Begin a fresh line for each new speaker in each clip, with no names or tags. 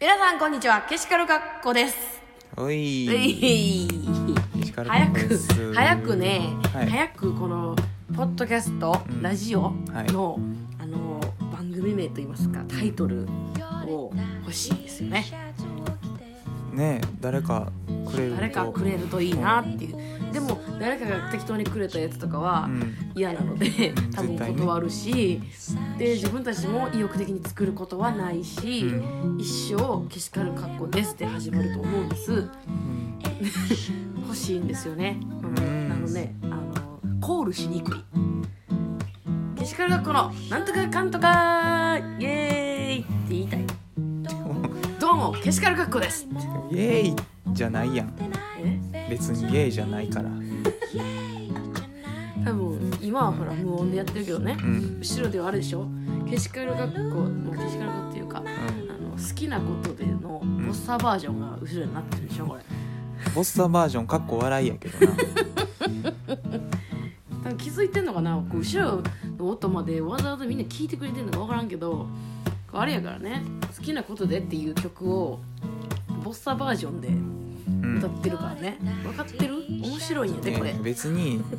皆さんこんにちはケシカル学校です、
おい
えい
石川
早
君
く
です
早くね、
はい
早くこのポッドキャスト、
うん
ラジオ
はい
の、あの番組名といいますかタイトルを欲しいですよね
ね誰かくれると
誰かくれるといいなっていうでも誰かが適当にくれたやつとかは
うん
嫌なので
うん
多分
絶対ね
断るし、で自分たちも意欲的に作ることはないし、
うん
一生「けしかる格好です」って始まると思うんです
うん
欲しいんですよね、うん、
ん
あのねあのコールしにくいけしかる学校のなんとかかんとかイエーイって言いたいどうもけしかる学校です
でもイエーイじゃないやん
え
別にゲイじゃないから
多分今はほら無音でやってるけどね
うん
後ろではあるでしょけしかる学校のけしかる学校っていうか
うん
あの好きなことでのボ
ん
ッサバージョンが後ろになってるでしょこれ
ボッサバージョンかっこ笑いやけどな
多分気づいてんのかなこう後ろの音までわざわざみんな聞いてくれてんのか分からんけどこうあれやからね「好きなことで」っていう曲をボッサバージョンで
うん
歌ってるからね分かってる面白いんやでこれ
ね別に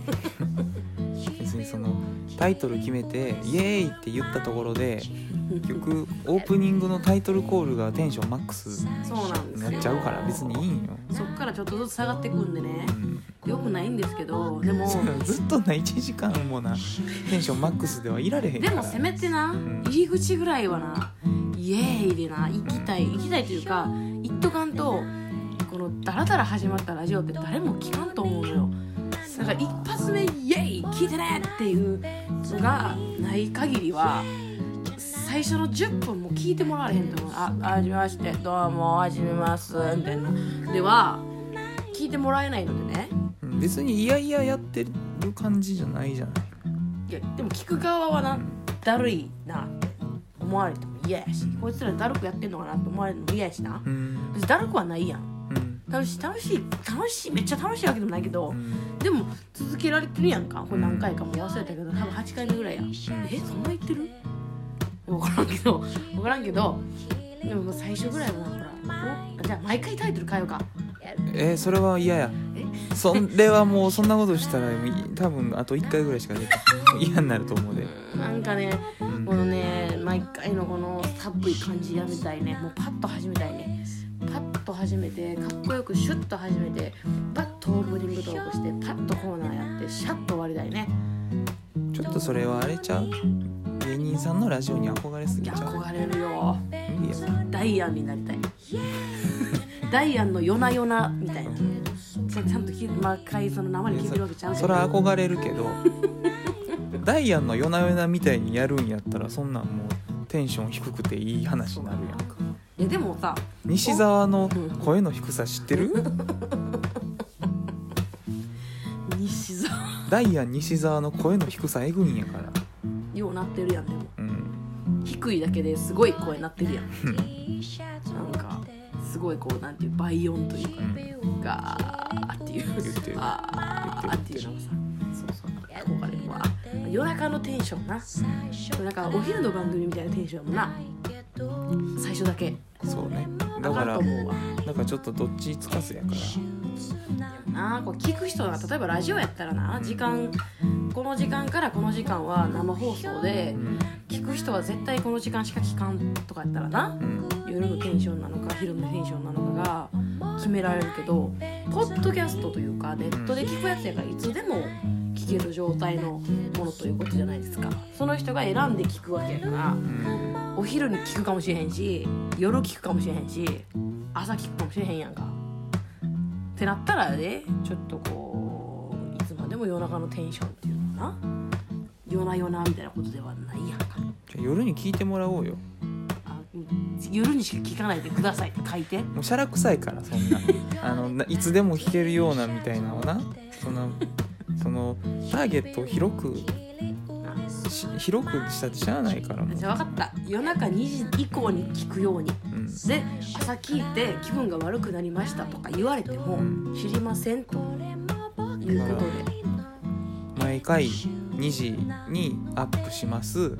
別にそのタイトル決めて「イエーイ!」って言ったところで結局オープニングのタイトルコールがテンションマックスに
そうなんですよ
なっちゃうから別にいいんよ、
そっからちょっとずつ下がってくんでね
うん、
よくないんですけどでも
ずっとな1時間もなテンションマックスではいられへんか
で
ら
もせめてなん入り口ぐらいはなイエーイでな行きたい行きたいというか行っとかんとこのダラダラ始まったラジオって誰も聞かんと思うのよだから一発目イエーイ聞いてねっていうのがない限りは最初の10分も聞いてもらわれへんと思うあはじめましてどうもはじめますみたいなでは聞いてもらえないのでね
うん別にいやいややってる感じじゃないじゃない、
いやでも聞く側はなだるいなって思われても嫌やしこいつらだるくやってんのかなって思われるのも嫌やしな
うん
別にだるくはないやん
うん
楽しい楽しい楽しいめっちゃ楽しいわけでもないけど
うん
でも続けられてるやんかこれ何回かもう忘れたけど多分8回目ぐらいやんえそんな言ってる分からんけど分からんけどでももう最初ぐらいはなほらおじゃあ毎回タイトル変えようか
えーそれは嫌やそれはもうそんなことしたらい多分あと1回ぐらいしかでき ん嫌になると思うで、
なんかね
うん
このね毎回のこの寒い感じやめたいねもうパッと始めたいねパッと始めてかっこよくシュッと始めてパッとオープニングトークしてパッとコーナーやってシャッと終わりたいね
ちょっとそれはあれちゃう芸人さんのラジオに憧れす
い
ぎ
や
ちゃう
憧れるよ
無理や
ダイアンになり たいダイアンの夜な夜なみたいなちゃちゃんとき毎回その生で聞いてるわけちゃうけ
そ
ど
れは憧れるけどダイアンの夜な夜なみたいにやるんやったらそんなんもうテンション低くていい話になるやんか
いやでもさ
西澤の声の低さ知ってる
西沢
ダイアン西澤の声の低さえぐいんやから
ようなってるやんでも
うん
低いだけですごい声なってるやんなんかすごいこうなんていう倍音というか、ガーっていう
言ってる
あーっていうのがさそうそう憧れるわ夜中のテンションな夜中お昼の番組みたいなテンションやもんな最初だけ
そうねだか
あ
ら
かんと思うわ
だからちょっとどっちつかずやから
なあこう聞く人が例えばラジオやったらな時間この時間からこの時間は生放送で
うん
聞く人は絶対この時間しか聞かんとかやったらな
うん
夜のテンションなのか昼のテンションなのかが決められるけどポッドキャストというかネットで聞くやつやからいつでも聞ける状態のものということじゃないですかその人が選んで聞くわけやから
うん
お昼に聞くかもしれへんし夜聞くかもしれへんし朝聞くかもしれへんやんかってなったらねちょっとこういつまでも夜中のテンションっていうのかな夜な夜なみたいなことではないやんか
じゃあ夜に聞いてもらおうよ
あ夜にしか聞かないでくださいって書いて
もうしゃらくさいからそん なあのないつでも弾けるようなみたいなのなそのそのターゲットを広く
な
し広くしたってしゃあないからもう
じゃあ分かった夜中2時以降に聞くように
うん
で朝聞いて気分が悪くなりましたとか言われても
う
知りませんということで
毎回2時にアップします。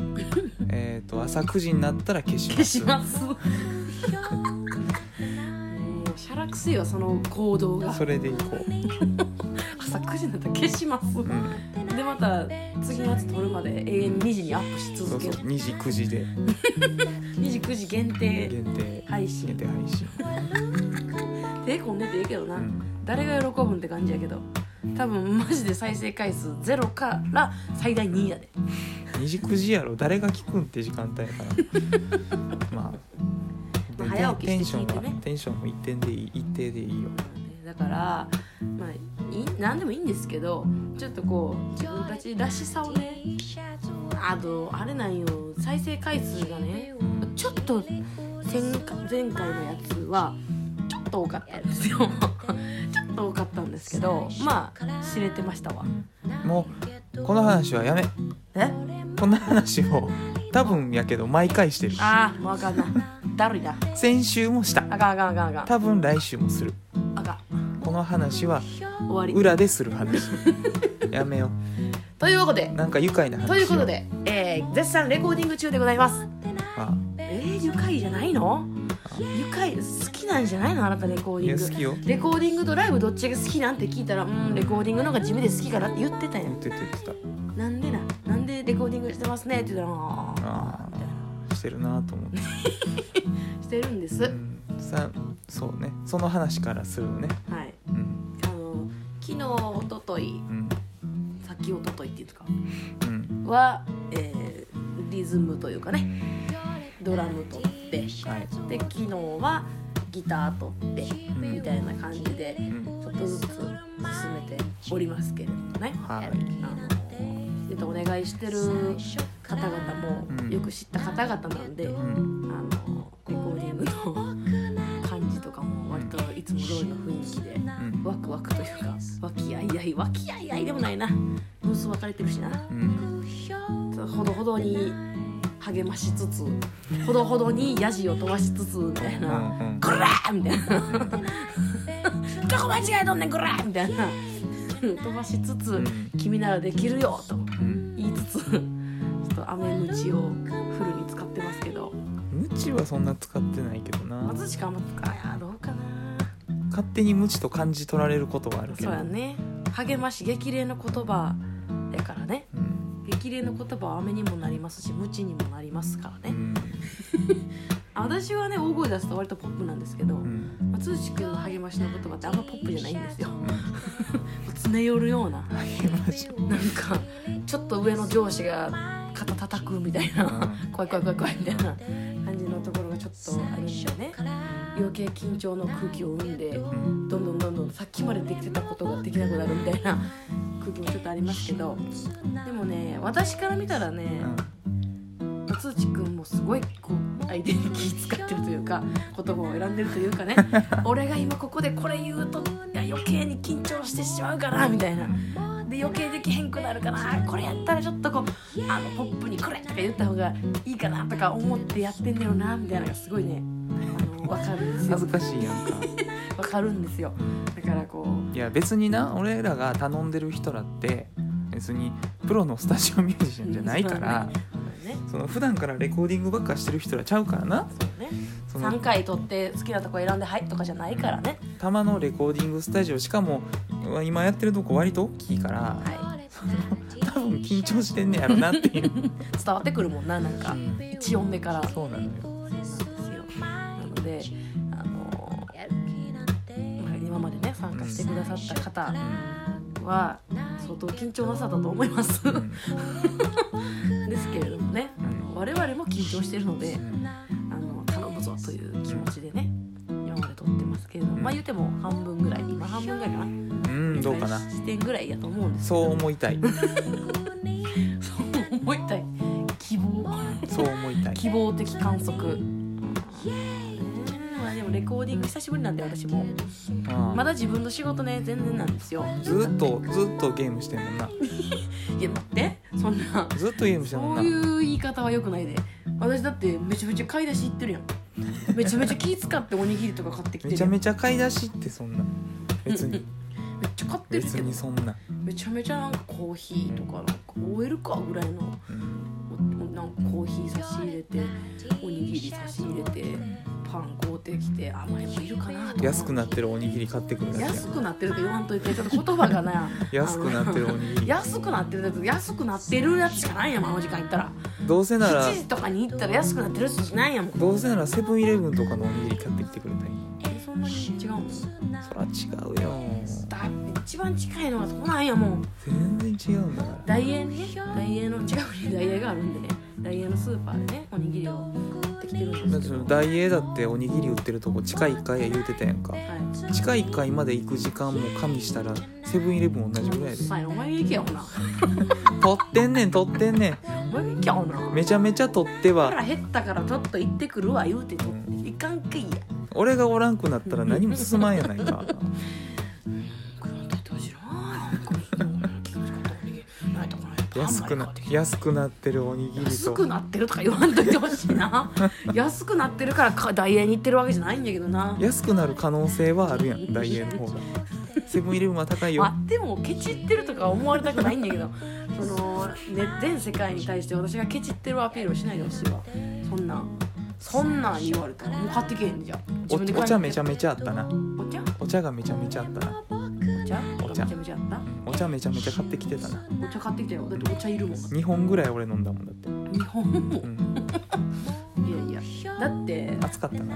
えっと朝9時になったら消し
消
ま
し
す。
ますくせよその行動が
それでいこ
朝9時になったら消します
う、うん、
でまた次のやつ撮るまで永遠に2時にアップし
そ
続
う
け
そう
る
2時9時で
2時9時限定
限定
配信
限定配信、
手込んでていいけどな、
うん、
誰が喜ぶんって感じやけど多分マジで再生回数ゼロから最大2やで
2時9時やろ誰が聞くんって時間帯やから
まあ
まあ
早起き
テン
し
シ
て聞い
ョン
てね
はテンションも一点でいい一定でいいよ
だからまあいい何でもいいんですけどちょっとこう自分たちらしさをねあとあれなんよ再生回数がねちょっと前前回のやつはちょっと多かったんですよ ちょっと多かったんですけどまあ知れてましたわ
もうこの話はやめ
え
こんな話を多分やけど毎回してる
ああもうあかんなだるいな
先週もした
あかんあかんあかんあかん
多分来週もする
あかん
この話は
終わり
裏でする 話やめよ
ということで
うなんか愉快な話を
ということで、えー絶賛レコーディング中でございます
あ
えー、愉快じゃないの愉快好きなんじゃないのあなたレコー
い
ディ
や
ン
好
グ
きよ
レコーディングとライブどっちが好きなんって聞いたらうんレコーディングの方が地味で好きかなって言ってたや
言
ん
ってた言って
なんでななんでレコーディングしてますねって言ったらあ
た
あ
ああしてるなと思って、
してるんです、
うん、さそうねその話からするのね
はい
うん
あの昨日おととい
うん
さっきおとといっていうか
うん
は、えーリズムというかねドラムとって
はい
で昨日はギターとって
うん
みたいな感じで
うん
ちょっとずつ進めておりますけれどもね
はい
あのえっとお願いしてる方々
う
も
ん
よく知った方々なんで、
うん
あのレコーディングの感じとかも割といつも通りの雰囲気で
うん
ワクワクというか和気あいあい和気あいあいでもないなブース分かれてるしな
うん
ほどほどに励ましつつほどほどにヤジを飛ばしつつみたい
うんう
な。
ん
こらーみたいなどこ間違えとんねんこらーみたいな飛ばしつつ、
うん
君ならできるよと
うん
言いつつちょっと雨ムチをフルに使ってますけど
ムチはそんな使ってないけどな
松しかあんま使いやどうかな
勝手にムチと感じ取られることはあるけ
そ
ど
うやね励まし激励の言葉やからね
うん
激励の言葉は雨にもなりますしムチにもなりますから
う
ね
ん
私はね大声出すと割とポップなんですけど
うん
松内くんの励ましの言葉ってあんまポップじゃないんですよ
う ん
詰め寄るような
励まし
なんかちょっと上の上司が肩叩くみたいな
う
怖い怖い怖い怖いみたいな感じのところがちょっとあるんでね余計緊張の空気を生んで
うん
どんどんどんどんさっきまでできてたことができなくなるみたいな空気もちょっとありますけどでもね私から見たらね松内くんもすごいこう相手に気使ってるというか言葉を選んでるというかね俺が今ここでこれ言うといや余計に緊張してしまうかなみたいな。で余計できへんくなるかなこれやったらちょっとこうあのポップにこれとか言った方がいいかなとか思ってやってんだよなみたいなのがすごいねあの分かるん です
恥
よ
ずかしいやんか
わかるんですよだからこう
いや別にな俺らが頼んでる人らって別にプロのスタジオミュージシャンじゃないから
そうね
その普段からレコーディングばっかしてる人らちゃうからな
そうね
その
3回取って好きなとこ選んではいとかじゃないからね
たまのレコーディングスタジオしかも今やってるとこ割と大きいから
は
多分緊張してんねやろなっ ていう、
い伝わってくるもんななんか
うん
1音目からなんですよ
そうなのよ
なのであのまあ今までね参加してくださった方は相当緊張なさったと思います
うんうん
ですけれどもねあの我々も緊張してるのであの頼むぞという気持ちでね今まで撮ってますけれども、
うん
まあ言うても半分ぐらい今半分ぐらいかな
うんどうかな
視点ぐらいやと思うんです
そう思いたい
そう思いたい希望
そう思いたい
希望的観測うんまあでもレコーディング久しぶりなんで私も
うん
まだ自分の仕事ね全然なんですよ
ずーっとずーっとゲームしてんもんない
や待ってそんな
ずっとゲームしてんもん
そ
な
ういう言い方は良くないで私だってめちゃめちゃ買い出し行ってるやんめちゃめちゃ気使っておにぎりとか買ってきて
め
る
ち
や
ゃ
ん
めちゃ買い出しってそんな別に
めっちゃ買ってる
別
けど
にそんな、
めちゃめちゃなんかコーヒーとかなんか OL かぐらいの
うん
おなんかコーヒー差し入れておにぎり差し入れてパン買うてきてってあまりもいるかなと思う
安くなってるおにぎり買ってくるだけやん
安くなってるとか言わんといてちょっと言葉がな
安くなってるおにぎり
安くなってるやつ安くなってるやつしかないやんあの時間行ったら
どうせなら
7時とかに行ったら安くなってるやつしかないやもん
どうせならセブンイレブンとかのおにぎり買ってきてくれたい
えそんなに違うの
そら違うよ
だ一番近いのはそこなんやもん
全然違うんだから
大英ね大英の近くに大英があるんでね大英のスーパーでねおにぎりを買ってきてるんですけ
だ
ど
ってそのダイエーだっておにぎり売ってるとこ地下1階や言うてたやんか
はい
地下1階まで行く時間も加味したらセブンイレブン同じぐらいやで
さあお前が行けよほな
取ってんねん取ってんねん
お前が行けよほな
めちゃめちゃ取っては
腹減ったからちょっと行ってくるわ言うてと行かんかいや
俺がおらんくなったら何も進まんやないか
これはとってほしいなこれそう気を使ったおにぎりないとこないと
安く
あんまり買っ
な
てきて
安くなってるおにぎり
安
と
くなってるとか言わんといてほしい な安くなってるからかダイエーに行ってるわけじゃないんだけどな
安くなる可能性はあるやんダイエーの方がセブンイレブンは高いよ
あでもケチってるとか思われたくないんだけ どその、ね、全世界に対して私がケチってるアピールをしないでほしいわそんなんそんなん言われたらもう買ってけへんじゃん自
お
分で買
お
いに
茶めちゃめちゃあったな
お茶
お茶がめちゃめちゃあったな
お茶
お茶
めちゃめちゃあった
うんお茶めちゃめちゃ買ってきてたな
お茶買ってきたよだってお茶いるもん
2本ぐらい俺飲んだもんだって、う
日本も
ん、
いやいやだってだっ
暑かった
て
な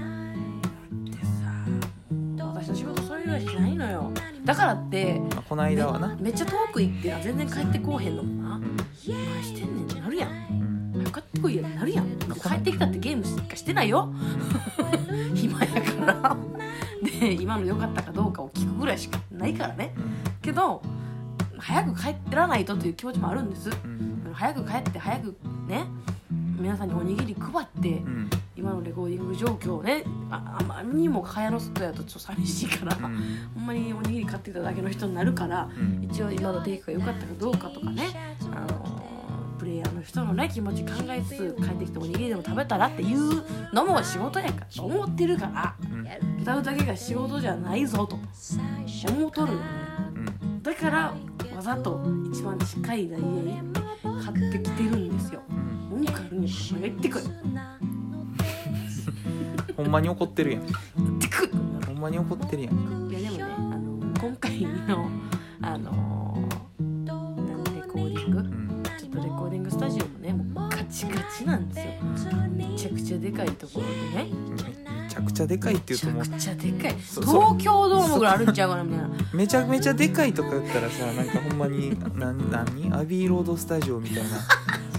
さ私の仕事それぐらいしかないのよだからって
まあこの間はな、
めっちゃ遠く行ってな全然帰ってこうへんのもな
うん
何してんねんってなるやん
うん
帰ってこいやなるやんで帰ってきたってゲームしかしてないよ 暇やからで今の良かったかどうかを聞くぐらいしかないからねけど早く帰ってらないとという気持ちもあるんです
うん
早く帰って早くね皆さんにおにぎり配って
うん
今のレコーディング状況をねああまりにも蚊帳の外やとちょっと寂しい から、
う
ほ
ん
んまにおにぎり買ってきただけの人になるから
うん
一応今のテイクが良かったかどうかとかね、あのープレイヤーの人のね気持ち考えつつ帰ってきておにぎりでも食べたらっていうのも仕事やからと思ってるから
うん
歌うだけが仕事じゃないぞと思うとるのね
うん
だからわざと一番近いダイエーに買ってきてるんですよ
うん
文句あるんやったらお前が行ってくい
ほんまに怒ってるやん
行ってくい
ほんまに怒ってるやん
いやでもねあの今回のあのーなんレコーディング
うん
ちょっとレコーディングスタジオもねもうガチガチなんですよめちゃくちゃでかいところでね
めめちゃくちゃでかいって
め
言う
ち
と
ゃ
も
くちゃでかい
そ
東
そ
京ドームぐらいあるんちゃうかなみたいな
うめちゃめちゃでかいとか言ったらさなんかほんまにな何アビーロードスタジオみたいな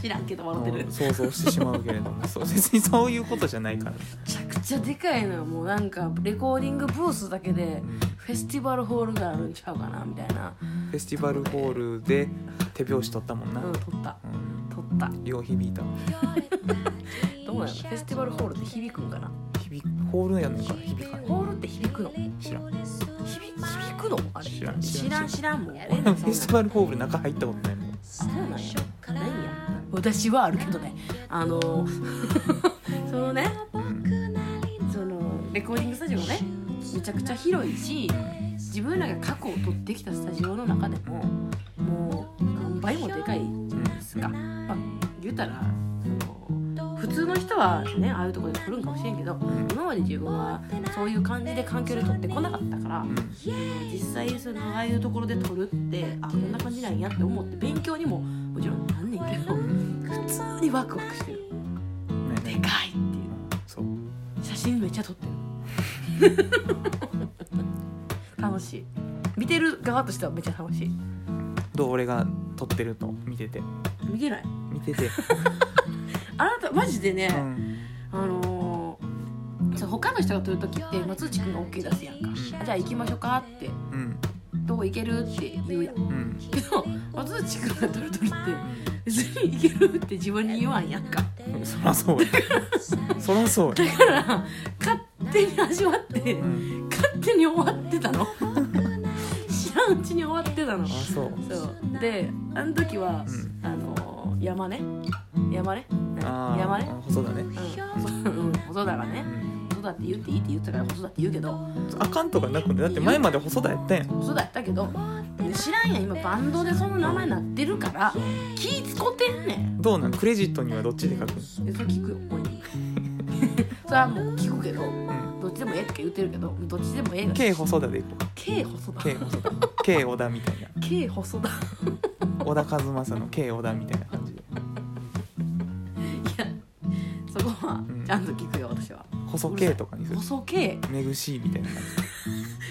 知らんけど笑ってる
うん
め
想像してしまうけれどもそう別にそういうことじゃないから、
ちゃくちゃでかいのよもうなんかレコーディングブースだけで
うん
フェスティバルホールがあるんちゃうかなみたいな
フェスティバルホールで手拍子取ったもんな、
う
うんん
撮った撮った
よう響いたわ
どうなのフェスティバルホールって響くんかな
響くホールやんのから響かない
ホールって響くの
知らん
響響くのあれ
知らん
知
知
ら
ら
ん
ん
知らんもん
俺もフェスティバルホール中入ったことないもん
そうなんやないんや私はあるけどねあの そのね
うん
そのレコーディングスタジオがねめちゃくちゃ広いし自分らが過去を取ってきたスタジオの中でももう何倍もでかい
うん
ですが、まあ、言うたらその普通の人はねああいうところで来るんかもしれんけど
うん
今まで自分はそういう感じで環境で取ってこなかったから
うん
実際そのああいうところで撮るってあこんな感じなんやって思って勉強にももちろんなんねんけど普通にワクワクしてる
ね
でかいっていう
そう
写真めっちゃ撮ってる 楽しい見てる側としてはめっちゃ楽しい
どう俺が撮ってると見てて
見てない
見てて、
あなたマジでね、
うん、
あのーそう他の人が撮る時って松内くんが OK 出すやんか
うん
あじゃあ行きましょうかって
うん
どこ行けるって言うやん
うん
けど松内くんが撮る時って別に行けるって自分に言わんやんか
うんそらそうやそらそうや、
だから勝手に始まって
うん、
勝手に終わってたの知らんうちに終わってたの
あ
そ
そう
うであの時は、
うん
あの山ね山ね
あー
山ね
あ細だね
うん、うん、細田がね細田って言っていいって言ってたから細田って言うけど
あかんとかなくてだって前まで細田やったやん
細田やったけど知らんやん今バンドでその名前になってるから気ぃ使ってんねん
どうなんクレジットにはどっちで書く
えそれ聞くよ本人それはもう聞くけど
の
どっちでもええってっけ言ってるけどどっちでもええが
K 細田でいこう
K 細田
K 細田 K 小田みたいな
K 細田い
小田和正の K 小田みたいな感じで
やそこは
うん
ちゃんと聞くよ私は
細 K とかにする
細 K
めぐしいみたいな感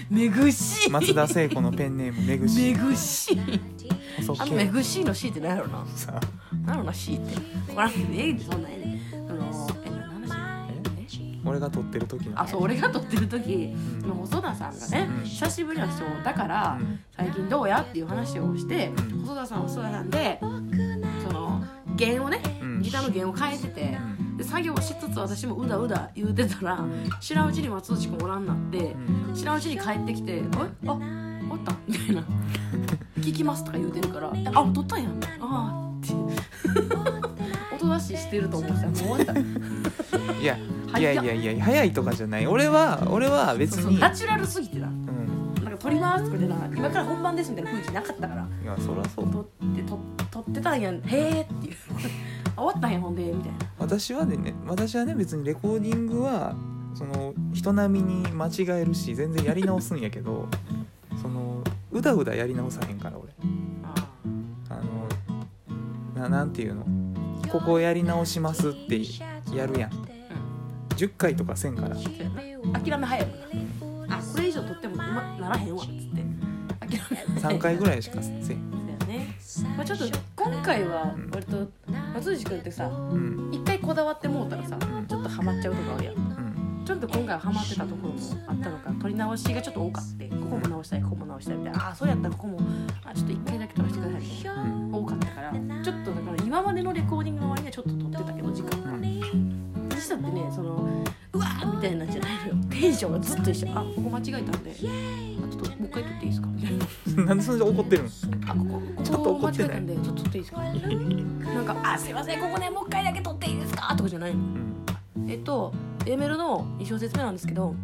めぐし
じ
い
松田聖子のペンネームめぐし
め
い
ぐしいあ
細
のめ
K
ぐしいの C って何やろな
さ
何やろな C ってこれええそんなんやねそのえ何の話え
俺が撮ってる時の
あそう俺が撮ってる時
うん
の細田さんがね
うん
久しぶりの人だか
う
ら
ん
最近どうやっていう話をして
うん
細田さんは細田さんでその弦をね
うん
ギターの弦を変えてて
うん
で作業しつつ私もうだうだ言うてたら知らんうちに松内くんおらんなって
うん
知らんうちに帰ってきて「えあおった」みたいな 「聞きます」とか言うてるから「あ撮ったんや」ああって おとなしいしてると思ってたもう終わった
いやいやいやいや早いとかじゃない俺は俺は別
そうそう
に
ナチュラルすぎてななん
うん
か撮りますとかでな今から本番ですみたいな雰囲気なかったから
いやそりゃそう
撮って撮撮ってたんやへえっていう あ終わったんやほんでみたいな
私はね私はね別にレコーディングはその人並みに間違えるし全然やり直すんやけど そのうだうだやり直さへんから俺
あ
あのななんていうのここやり直しますってやるやん、10回とかせんから
ーそうやな諦め早いもんなあこれ以上撮ってもうまならへんわっつって諦め
3回ぐらいしかせん、
だよね、まあ、ちょっと今回は割と松藤君ってさ
うん
一回こだわってもうたらさ
うん
ちょっとハマっちゃうとかあるやん
うん、
ちょっと今回はハマってたところもあったのか取り直しがちょっと多かってここも直したいここも直したいみたいなああそうやったらここもあちょっと一回だけ取らせてくださいみたいな
うん
多かったからちょっとだから今までのレコーディングの割にはちょっと取ってたけど時間
う
が
ん
私だってねそのうわーみたいなんじゃないのよテンションがずっと一緒あここ間違えたんであちょっともう一回取っていいですかみたいな
なんでそれで怒ってるん
あこここ
ちょっ
こ
と怒
間
って
違え
な
た
い
んでちょっと取っていいですかなんか「あすいませんここねもう一回だけ取っていいですか?」とかじゃないの
うん
えっと A メロの2小節目なんですけど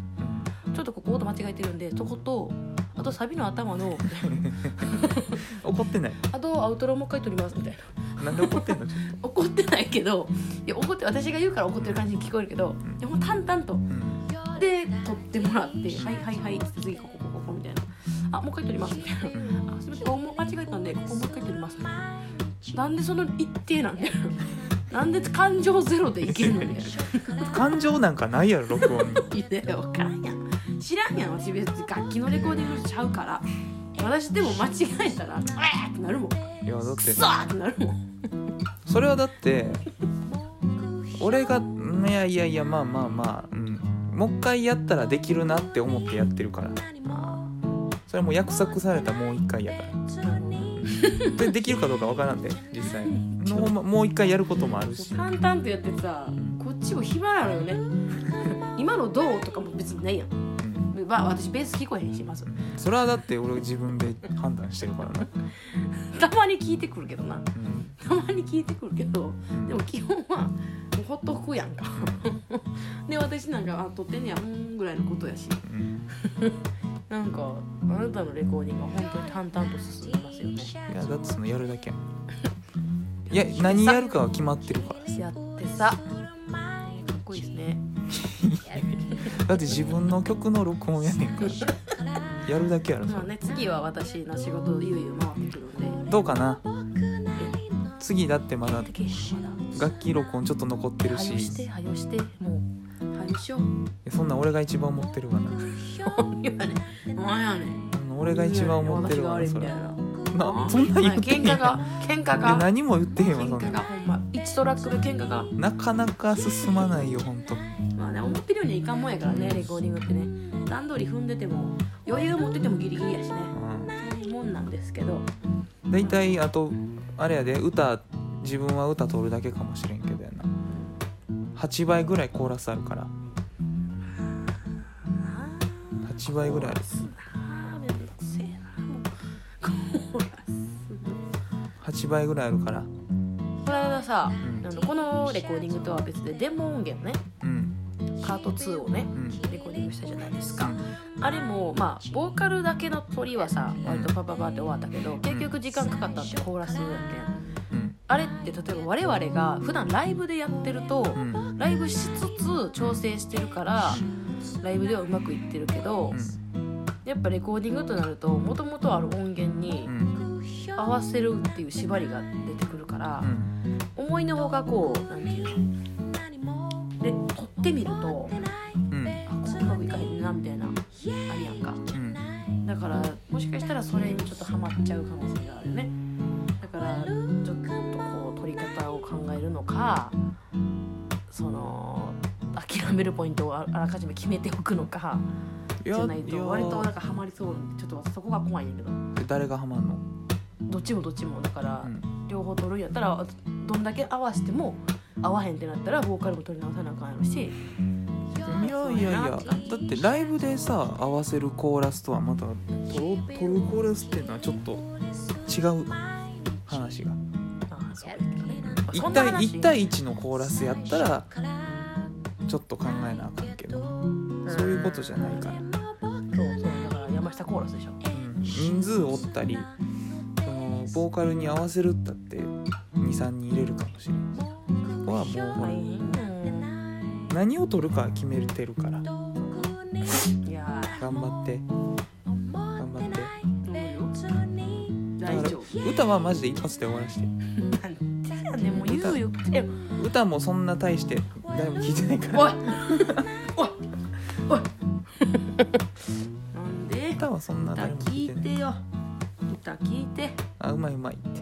ちょっとここ音間違えてるんでそことあとサビの頭の
怒ってない
あとアウトロもう一回撮りますみたいな
なんで怒ってんの、う
怒ってないけどいや怒って私が言うから怒ってる感じに聞こえるけどいやもう淡々と
ん、
で撮ってもらって「はいはいはい」っつって次ここここここみたいな「あもう一回撮ります」みたいな
うん
あすみません、ここも間違えたんで、ここもう一回撮ります、ね。なんでその一定なんだよ。なんで感情ゼロでいけるのみたい
感情なんかないやろ録音に
な。いや、わからんやん。知らんやん、私別に楽器のレコーディングちゃうから。私でも間違えたら、うわーってなるもん。く
いやだって
そーってなるもん。
それはだって俺がうんいやいやいやまあまあまあ、うん、もう一回やったらできるなって思ってやってるから
ま
それはもう約束されたもう一回やから
あ、なるほどね
でできるかどうかわからんで実際のまもう一回やることもあるし
淡々とやってさ、こっちも暇なのよね。今のどうとかも別にないやん。
うん
まあ、私ベース聞こえへんし、まず。
それはだって俺自分で判断してるからな、
たまに聞いてくるけどな。
うん
たまに聞いてくるけどでも基本はもうほっとくやんか で私なんか「あ撮ってんねやうーん」ぐらいのことやし
うん
なんかあなたのレコーディングは本当に淡々と進みますよね
いやだってそのやるだけやんいや何やるかは決まってるから
やってさかっこいいですね
だって自分の曲の録音やねんからやるだけやろそ
まあ
れ
ね次は私の仕事ゆうゆう回ってくるんで
どうかな次だってまだ
でけへんまだ
楽器録音ちょっと残ってる
は
し
よしてはよしてもうはよ しよう
そんなん俺が一番思ってるわな
何やねん何やねん
うん俺が一番思ってるわな
私
そ
が悪いみた
れ
いな
なそんなん言ってへ
喧
ん
嘩
やん
が喧嘩
いや
が
何も言ってへんわ
喧
そ
嘩
んな
がほんま1トラックで喧嘩が
なかなか進まないよほんと
まあね思ってるようにはいかんもんやからねレコーディングってね段取り踏んでても余裕持っててもギリギリやしねそういうもんなんですけど
うん大体、あとあれやで歌自分は歌取るだけかもしれんけどやな8倍ぐらいコーラスあるから8倍ぐらいある
あーめんどくせえなもうコーラス
8倍ぐらいあるから
この間さ
うん
あのこのレコーディングとは別でデモ音源ね
うん
パート2をね
うん
レコーディングしたじゃないですかあれもまあボーカルだけの鳥はさ割とパパパって終わったけど結局時間かかったってコーラスやけん
うん
あれって例えば我々が普段ライブでやってると、
うん
ライブしつつ調整してるからライブではうまくいってるけど、やっぱレコーディングとなるともともとある音源に
うんうん
合わせるっていう縛りが出てくるから
う、ん
思いのほかこうなんていうので撮ってみると
うん
あこううまくいかへんなみたいなあるやんか
うん
だからもしかしたらそれにちょっとハマっちゃう可能性があるよねだからちょっとこう撮り方を考えるのかその諦めるポイントをあらかじめ決めておくのか
い
じ
や
ゃない
いや
と割となんかハマりそうなんでちょっとそこが怖いんだけど
誰がハマんの、
どっちもどっちもだから
うん
両方取るんやったらどんだけ合わせても合わへんってなったらボーカルも取り直さなあかんやろし
いやいやいやだってライブでさ合わせるコーラスとはまたとトるコーラスっていうのはちょっと違う話が
あそうやけどねそ
1
んな
対
話
一対1のコーラスやったらちょっと考えなあかんけどそういうことじゃないから、
そうそうだから山下コーラスでしょ
うん人数おったりそのボーカルに合わせるったって23人入れるかもしれんここはもう
大
ほら
変
何を取るか決めてるから
いや
頑張って頑張って
ーどうよ
だ
大
から
丈夫
歌はマジで一発で終わらして
なんでやねんもう言うよ言ってよ
歌もそんな大して誰も聞いてないか
おい
ら
おいおいなんで
歌はそんな
歌
誰も聞い
聞
て
い
ない
てよ歌聞いて
あうまいうまいって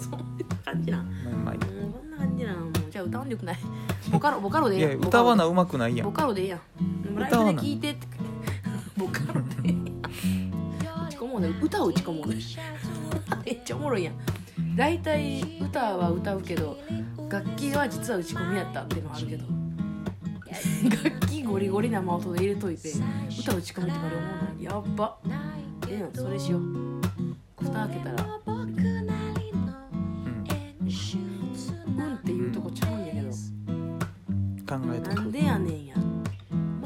そんな感じなん
うまいうまい
もうこんな感じなんもうじゃあ歌わんでよくないボカロボカロでえ
い
え
や
やん
歌わ
な
なうまくないや
ボ
ん
カロでええやんでもライ
歌わ
ブ
な
で聞いてってボカロでええやん打ち込もうね歌を打ち込もうねめっちゃおもろいやん大体歌は歌うけど楽器は実は打ち込みやったっていうのはあるけど楽器ゴリゴリ生音で入れといて歌打ち込みってまで思うのやっばええやんそれしよう蓋開けたら
うん
うんっていうとこちゃうんやけど
考えと
なん
く
でやねんや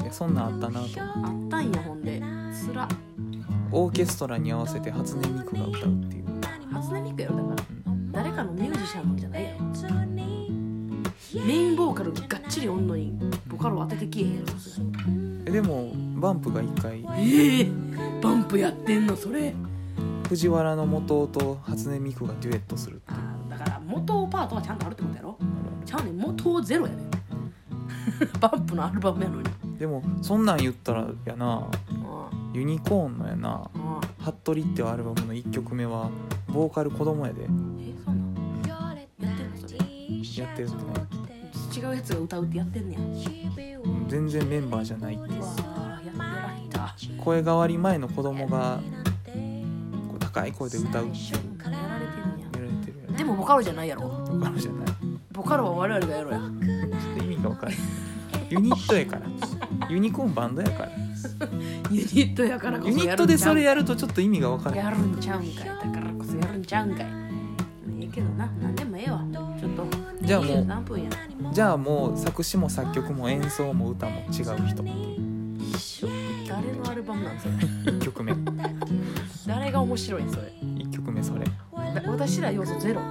いやそんなんあったなと
あったんやほんでつら
オーケストラに合わせて初音ミクが歌うっていう
初音ミクやろだから誰かのミュージシャンじゃないやろメインボーカルがっちりおんのにボカロ当ててきえへんやろさすがに
えでもバンプが一回
ええバンプやってんのそれ
藤原の元と初音ミクがデュエットする
あーだから元パートはちゃんとあるってことやろちゃうねん元ゼロやねん バンプのアルバムやのに
でもそんなん言ったらやな
うん
ユニコーンのやな
うん
「服部」っていうアルバムの1曲目はボーカル子供やで
えそんなんやってんのそれ
やってるってね
違うやつが歌うってやってんねん
うん全然メンバーじゃないっていう
うわーややられた
声変わり前の子供がこう高い声で歌うっていう
やられてんね
やられてる
やでもボカロじゃないやろ
やんボカロじゃないち
ボカロは我々がやろや
ょっと意味が分 からんユニットやからユニコーンバンドやから
ユニットやからこそ
ユニットでそれやるとちょっと意味が分からん
やるんちゃうんかいだからこそやるんちゃうんかいええけどな何でもええわちょっと
じゃあもう
23分や
じゃあもう作詞も作曲も演奏も歌も違う人
一緒誰のアルバムなんそれ
1曲目
誰が面白いんそれ
1曲目それ
だ私ら要素ゼロ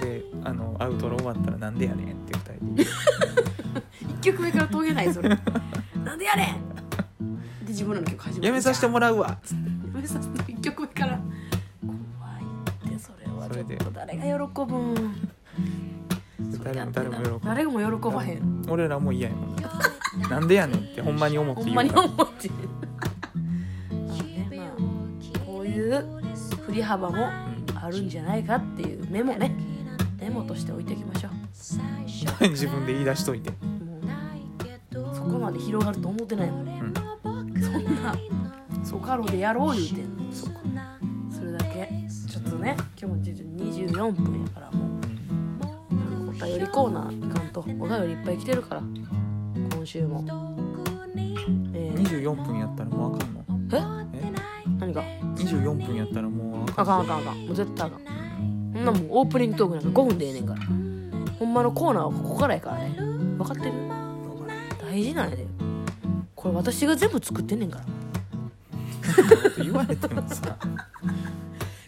であのアウトロ終わったらなんでやねんって2人で
1曲目から遂げないそれなんでやねんで自分らの曲 始まる
やめさせてもらうわっつって
やめさせて1曲目から怖いってそれは
そ
ちょ
れ
っ
で
と誰が喜ぶんそれや
誰
っ
も
て
誰
な
も喜ぶ
誰も喜ばへん
俺らも嫌やもんななんでやねんってほんまに思っ
ほ
て
ん
言う
ま
か
に
ら
思ってる まあねまあこういう振り幅もあるんじゃないかっていうメモねメモとして置いておきましょ
うん自分で言い出しといて、
うもうそこまで広がると思ってないもん
うん、
そんなソカロでやろう言うてんの
そうか、
それだけちょっとね今日も24分やからもう
う
あの
ん
お便りコーナーいかんとお便りいっぱい来てるから今週もえー、
24分やったらもうあかんの
え
え
何か
24分やったらもうあか
あ
ん
かんあかんあかんもう絶対あかんそんなもんオープニングトークなんか5分でええねんからほんまのコーナーはここからやからね分かってる大事なんやでこれ私が全部作ってんねんから
って言われてもさ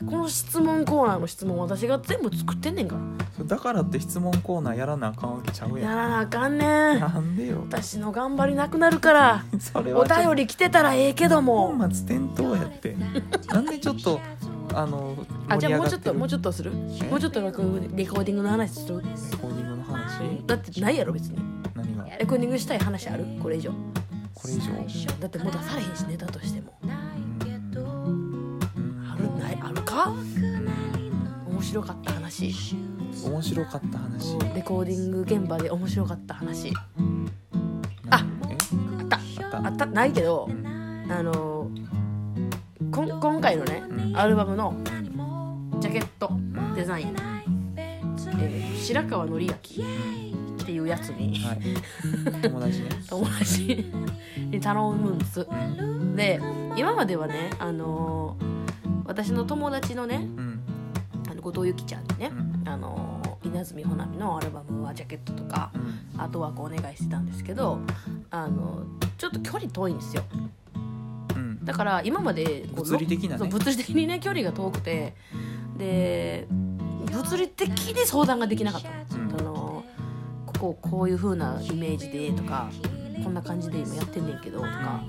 この質問コーナーの質問私が全部作ってんねんか
それだからって質問コーナーやらなあかんわけちゃう
ら
や
や
ん
らなあかんねん
なんでよ
私の頑張りなくなるから
それ
お
はちょっと
便り来てたらええけども
本末転倒やってなんでちょっとあの
あじゃあもうちょっともうち
盛
ょっとするもうちょっとレコーディングの話する
り上がってるレコーディングの話
だってないやろ別に
何が
レコーディングしたい話あるこれ以上
これ以上、
だってもう出されへんしネタとしても
うん
あるないあるか面白かった話
面白かった話
レコーディング現場で面白かった話
な
あ
え
あった
あった
あったないけど
うん
あのこん今回のね
うん
アルバムの
うん
ジャケットデザイン、えー白川紀明っていうやつに
はい友達 ね
友達に頼むんです
うん
で今まではねあのー私の友達のね
うん
あの後藤由紀ちゃんにね
う、ん
あのー稲積ほなみのアルバムはジャケットとか
うん
あとはこうお願いしてたんですけどあのちょっと距離遠いんですよ
うん
だから今までこう
物理的なね
そう物理的にね距離が遠くてで物理的に相談ができなかったの,、
うん
あのこここういう風なイメージでとかこんな感じで今やってんねんけどとか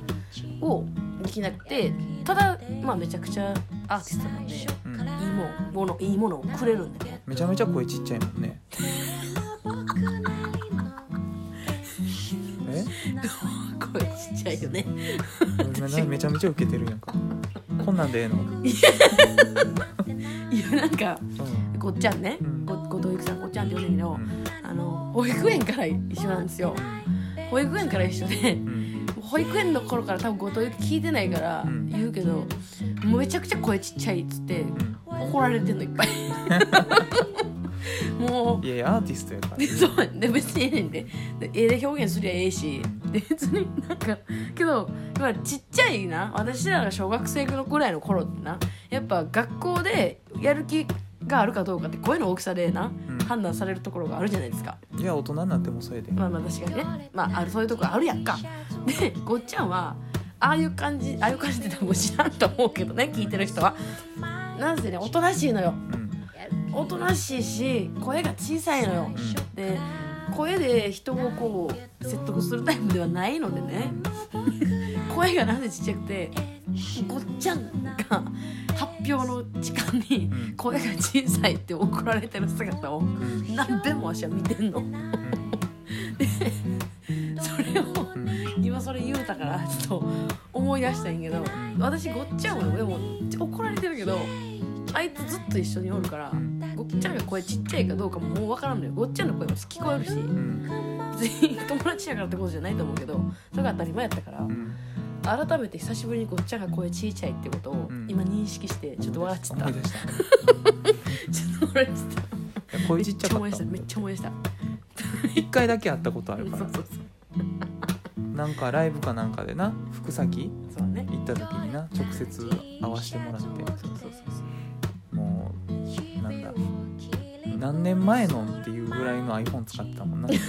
をできなくてただまあめちゃくちゃアーティストなんでい
うん
いもんものいいものをくれるんでね
めちゃめちゃ声ちっちゃいもんね え
声ちっちゃいよね
めめちゃめちゃウケてるやんかこんなんでええの、うん
いやなんかごっちゃんね、
うん
ご後藤由紀さんごっちゃんって呼んでんけど、
うん
あの保育園から一緒なんですよ保育園から一緒で
うん、
保育園の頃から多分後藤由紀聞いてないから
うん
言うけど、もうめちゃくちゃ声ちっちゃいっつって
うん
怒られてんのいっぱい もう
いやいやアーティストやから
でそうで別にええねんでで絵で表現すりゃええしで別になんかけどまあちっちゃいな私らが小学生のぐらいの頃ってなやっぱ学校でやる気があるかどうかって声の大きさでな、
うん
判断されるところがあるじゃないですか
いや大人になってもそれで、
まあまあ確かにねまああるそういうとこあるやんかでごっちゃんはああいう感じああいう感じって多分知らんと思うけどね聞いてる人はなんせねおとなしいのよ
うん
おとなしいし声が小さいのよ
う
で声で人をこう説得するタイプではないのでね声がなんでちっちゃくてごっちゃんが発表の時間に
うん
声が小さいって怒られてる姿を
うん
何遍もわしは見てんのそれを
うんうん
今それ言うたからちょっと思い出したんやけど私ごっちゃんはでも怒られてるけどあいつずっと一緒におるからごっちゃんが声ちっちゃいかどうかももう分からんのよごっちゃんの声も聞こえるし
うん
別に友達やからってことじゃないと思うけどそれが当たり前やったから
うん
改めて久しぶりにごっちゃんが声ちいちゃいってことを
うん
今認識してちょっと笑っちゃった
思い
ちょ
出した
っと笑っちゃった
いや
め
声
っ
ちっちゃ
ちゃ
か
思
っ
い出したためっちゃ思い出した
一回だけ会ったことあるか
そ
ら
うそうそう
なんかライブかなんかでな福崎
そうね
行った時にな直接会わしてもらって
そうそうそうそう
もうなんだ何年前のっていうぐらいの iPhone 使ってたもんな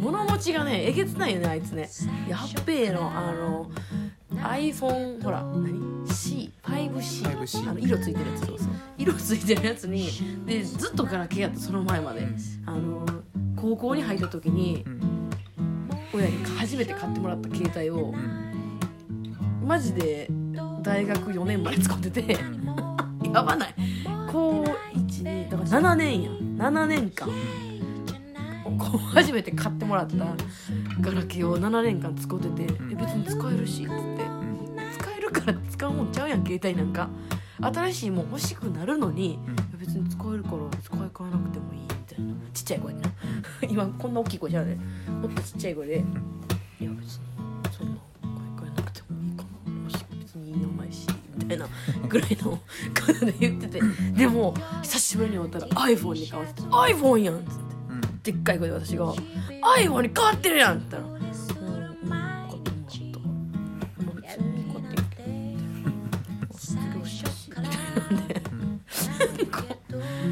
物持ちがねえげつないよねあいつねやっべえのあの iPhone ほら何 C5C
C
あの色ついてるやつ
そうそう
色ついてるやつにでずっとガラケーやったその前まで、
うん
あの高校に入った時に
うん
親に初めて買ってもらった携帯を
うん
マジで大学4年まで使っててやばない高12だから7年や7年間こう初めて買ってもらったガラケーを7年間使ってて「
ん
え別に使えるし」っつって
うん
使えるから使うもんちゃうやん携帯なんか新しいもん欲しくなるのに
うん
別に使えるから使い替えなくてもいいみたいなちっちゃい声でな 今こんな大きい声じゃないもっとちっちゃい声で「いや別にそんな買い替えなくてもいいかなもし別にいい名前し」みたいなぐらいの感じで言っててでも久しぶりに会ったら iPhone に変わってて「iPhone やん」っつって。
うん
でっかい声で私が「アイボに変わってるやん!」って言ったら「うんうん買ってもらった」「別に買ってんけど」卒業したしみたいなんで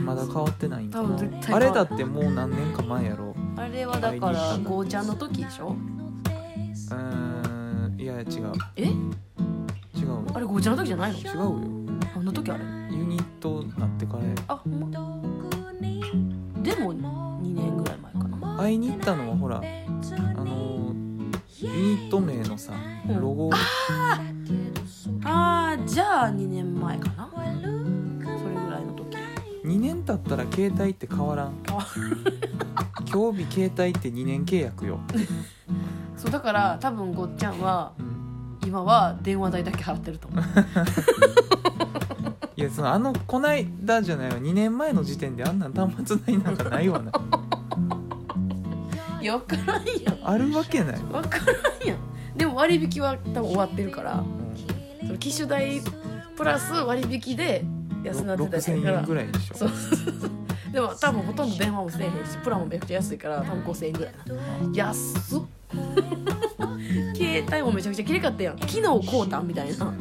まだ変わってないんか
多
な
分絶対変
あ
わる
れだってもう何年か前やろ
あれはだからゴーちゃんの時でしょ
うーんいや違う
え
違うよ
あれゴーちゃんの時じゃないの
違うよ
あんな時あれ
ユニに一頭なってからや
あほんまでも2年ぐらい前かな
会いに行ったのはほらあのユニット名のさ
うん
ロゴ
あーじゃあ2年前かなそれぐらいの時
2年経ったら携帯って変わらん
変 わ
今日日携帯って2年契約よ、
そうだから多分ごっちゃんは
うん
今は電話代だけ払ってると思う
いやそのあのこないだじゃないわ2年前の時点であんなん端末代なんかない わな
いや分からんやん
あるわけない、
分からんやんでも割引は多分終わってるからその機種代プラス割引で安なってたりするか
6000円
ら
ぐらいでしょ
そうそうそうそうでも多分ほとんど電話もせえへんしプランもめっちゃ安いから多分5000円ぐらいやな安っ携帯もめちゃくちゃ綺麗かったやん機能こうたんみたいな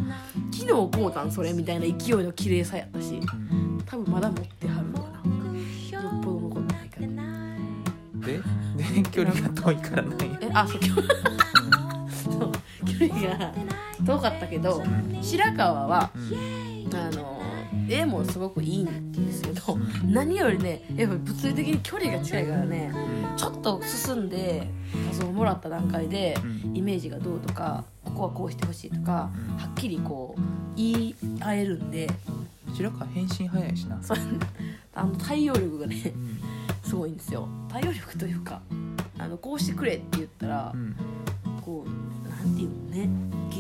機能こうたんそれみたいな勢いの綺麗さやったし
うん
多分まだ持ってはるわなよっぽど残ってないから
でで距離が遠いからなんや
えあそう距離そう距離が遠かったけど白川は
うん
あの絵もすごくいいんですけど
うん
何よりねやっぱ物理的に距離が近いからねちょっと進んで画像をもらった段階で
うん
イメージがどうとかここはこうしてほしいとか
うん
はっきりこう言い合えるんで
白川返信早いしな、
そうあの対応力がね
うん
すごいんですよ対応力というかあのこうしてくれって言ったら
うん
こうなんていうのね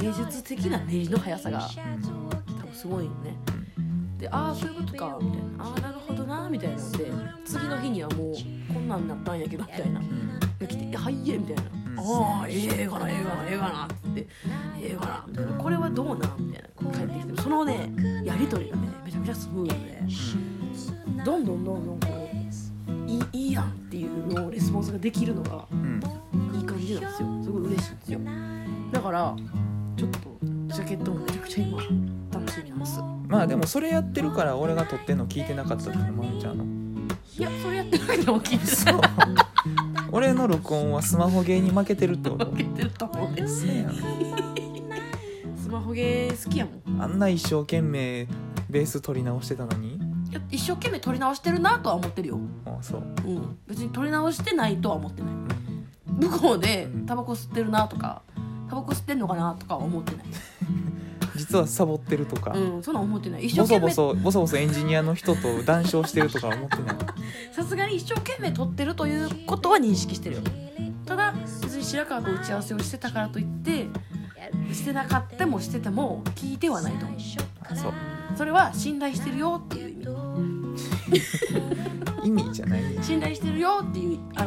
芸術的なネジの速さが多分すごいよねでああそういうことかみたいなああなるほどなみたいなんで次の日にはもうこんなんなったんやけどみたいな
うん
で来て「いやはいえ」みたいな「ああええ映画な映画な映画な」って言って「ええ映画な」みたいな「これはどうなん?」みたいな帰ってきてそのねやり取りがねめちゃめちゃスムーズでどんどんどんどんこういいいいやんっていうのをレスポンスができるのが
うん
いい感じなんですよすごい嬉しいんですよだからちょっとジャケットもめちゃくちゃ今楽しみなんです
まあでもそれやってるから俺が撮ってんの聞いてなかったってのまみちゃんの
いやそれやってなくても聞いてない
そう俺の録音はスマホゲーに負けてるってこと
受けてると思うね
せや
スマホゲー好きやもん
んあんな一生懸命ベース取り直してたのに
いや一生懸命撮り直してるなとは思ってるよ
あそう、
うん別に撮り直してないとは思ってない
うん
向こうで
うん
タバコ吸ってるなとかタバコ吸ってんのかなとかは思ってない
実はサボってるとか、
うんそんなん思ってない一生懸
ボソボ
命
ソボソボソエンジニアの人と談笑してるとかは思ってない
さすがに一生懸命撮ってるということは認識してるよただ別に白川と打ち合わせをしてたからといってしてなかったもしてても聞いてはないと思う
あそう
それは信頼してるよっていう意味
意味じゃないね
信頼してるよっていう現れ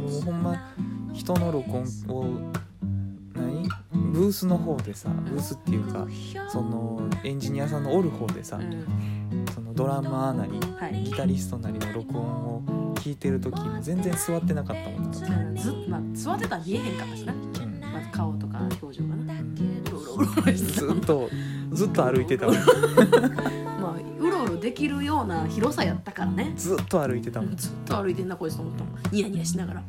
もうほんま人の録音を何ブースの方でさブースっていうかそのエンジニアさんのおる方でさ、
うん
そのドラマーなり
はい
ギタリストなりの録音を聞いてる時も全然座ってなかったもんな、
ずっと、まあ、座ってたら見えへんかったしな、
うん
まず顔とか表情がな
うん
うろうろうろうろしてた
ずっとずっと歩いてたもん
まあうろうろできるような広さやったからね
ずっと歩いてたもん
ずっと歩いてんなこいつと思ったもんニヤニヤしながら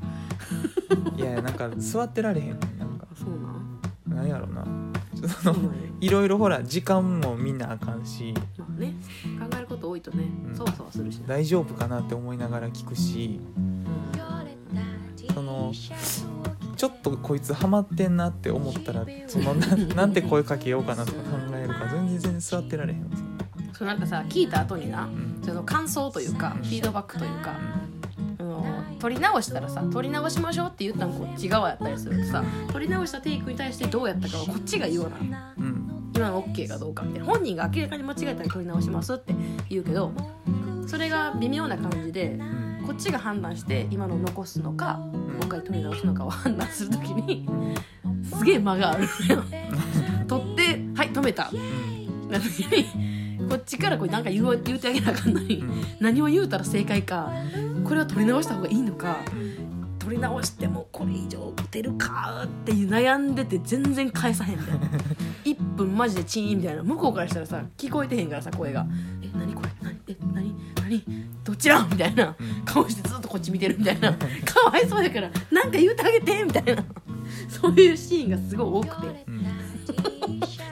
いやいやなんか座ってられへんねんなんか
そうなん
なんやろなそ
そう
の
なんや
いろいろほら時間もみんなあかんし
まあね考えること多いとね
うん
そわそわするしな
大丈夫かなって思いながら聞くしそのちょっとこいつハマってんなって思ったらそのななんて声かけようかなとか考えるから全然全然座ってられへんわ
そうなんかさ聞いた後にな
うん
その感想というか
うん
フィードバックというかあの取り直したらさ取り直しましょうって言ったんこっち側やったりするとさ取り直したテイクに対してどうやったかはこっちが言わな
うん
今の OK かどうかみたいな本人が明らかに間違えたら取り直しますって言うけどそれが微妙な感じで
うん
こっちが判断して今の残すのか
う
もう一
ん
回取り直すのかを判断するときにすげえ間があるのよ取って「はい止めた」
うん
な時に こっちからこれなんか言う言うてあげなあかんのに
うん
何を言うたら正解かこれは取り直した方がいいのか
うん
取り直してもこれ以上打てるかっていう悩んでて全然返さへんみた いな1分マジでチーンみたいな向こうからしたらさ聞こえてへんからさ声が「え何これ何え何何どちら?」みたいな
うん
顔してずっとこっち見てるみたいな かわいそうやからなんか言うてあげてみたいなそういうシーンがすごい多くて
うん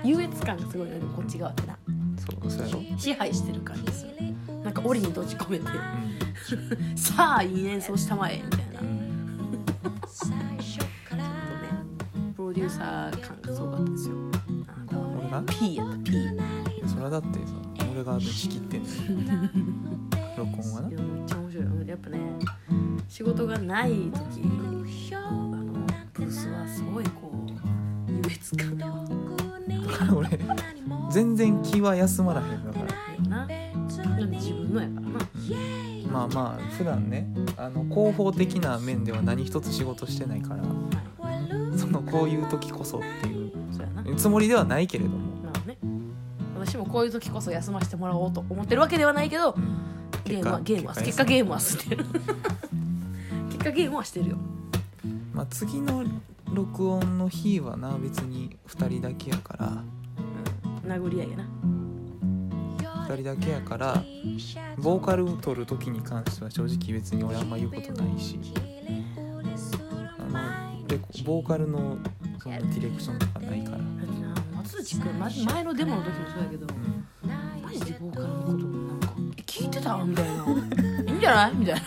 優越感がすごいのよこっち側ってな
そうそうやろ、
支配してる感じするなんか檻に閉じ込めて
う
「
ん
さあいい演奏したまえ」みたいな
う
ちょっ
ん、
とねプロデューサー感がすごかったですよあの
俺が
P やった P い
それはだってさ俺が仕切ってんのよ録音はな
やめっちゃ面白いうんやっぱね仕事がない時あのブースはすごいこう優越感があ
だから俺全然気は休まらへんだから
るよな自分のやからな
まあまあ普段ねあの広報的な面では何一つ仕事してないからそのこういう時こそっていう
そうやな
つもりではないけれども
まあね私もこういう時こそ休ませてもらおうと思ってるわけではないけどゲームはゲームは結果ゲームはしてる結果ゲームはしてるよ
まあ、次の録音の日はな別に2人だけやから
殴り合いやな
2人だけやからボーカルを取る時に関しては正直別に俺あんま言うことないしあのでボーカルのそのディレクションとかないから、うん
だってな松内君ま前のデモの時もそうやけどマジでボーカルのことなんか「え聞いてた?」みたいな「いいんじゃない?」みたいな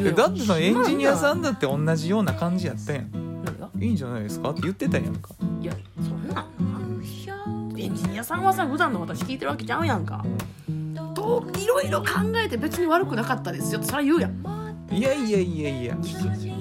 えだってさエンジニアさ
ん
んだって同じような感じやったやん
何が
いいんじゃないですかって言ってたやんか
いやそんなんなエンジニアさんはさ普段の私聞いてるわけちゃうやんかといろいろ考えて別に悪くなかったですよってそれは言うやん
いやいやいやいや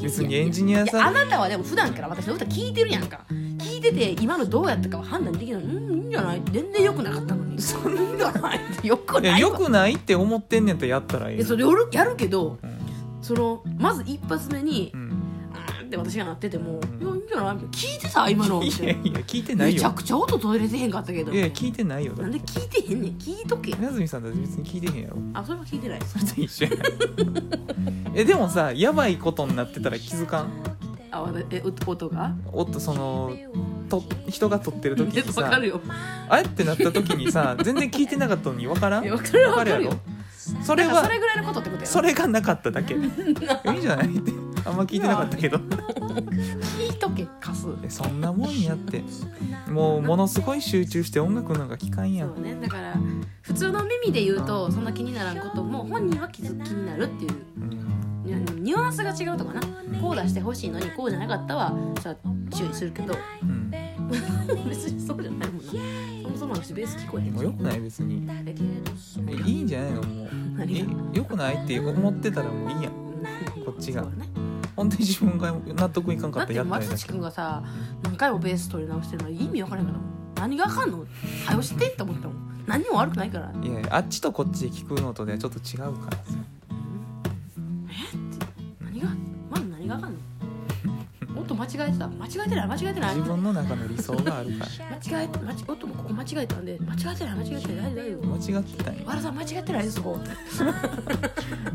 別にエンジニア
いや
さ
あ
ん
なたはでも普段から私の歌聞いてるやんか聞いてて今のどうやったかは判断できないうんいいんじゃない全然良くなかったのにそんいいんじゃないってよく
い
な
や
い
よ
わ
くないって思ってんねんとやったらい
い
い
やそれやるやるけど
うん
そのまず一発目に「
う
うんーん」って私がなってても「
ん
いやいいんじゃない?」みたいな聞いてた今の」み
い
た
や
いない
や聞いてな
め
い
ちゃ
よ
くちゃ音取れてへんかったけど
いやいや聞いてないよだ
な
っ
ん
て
で聞いてへんねん聞いとけ
安住さんだって別に聞いてへんやろ
あそれは聞いてないです
別に一緒やん えでもさやばいことになってたら気づかん
あわたえう音が
おっとそのと人が撮ってる時
分
にさ
かるよ
あえってなった時にさ全然聞いてなかったのに分からん
いや分かる
分かるや
分
ろ
か
それ
だから
は
それぐらいのことってことやろ
それがなかった だけいいんじゃないってあんま聞 いてなかったけど
聞いとけかす
えそんなもんやってもうものすごい集中して音楽なんか聞かんや
そ
ん
うねだから普通の耳で言うとそんな気にならんことも本人は気づ気になるっていう
うん
ニュニュアンスが違うとかなこう出してほしいのにこうじゃなかったはさ注意するけど
うん
別にそうじゃないもんなそもそも私ベース聞こえへん
もうよくない別に
え
えいいんじゃないのもう
何が
えよくないって思ってたらもういいやんこっちが
そうね
ほんで自分が納得いかんか
だ
っ
ったて
らやったら
松
やだ
内
け
くんがさ何回もベース取り直してるの意味わからんからもん何があかんの早押してって思ったもん何にも悪くないから
いやいやあっちとこっちで聞くのとではちょっと違うからさ
何がまず何があかんの音間違えてた間違えてない間違えてない
自分の中の理想があるか
間違え間違音もここ間違えたんで間違えてない間違えてない大丈夫大丈
ら間違ってたん
夫
や
わらさん間違ってないですこ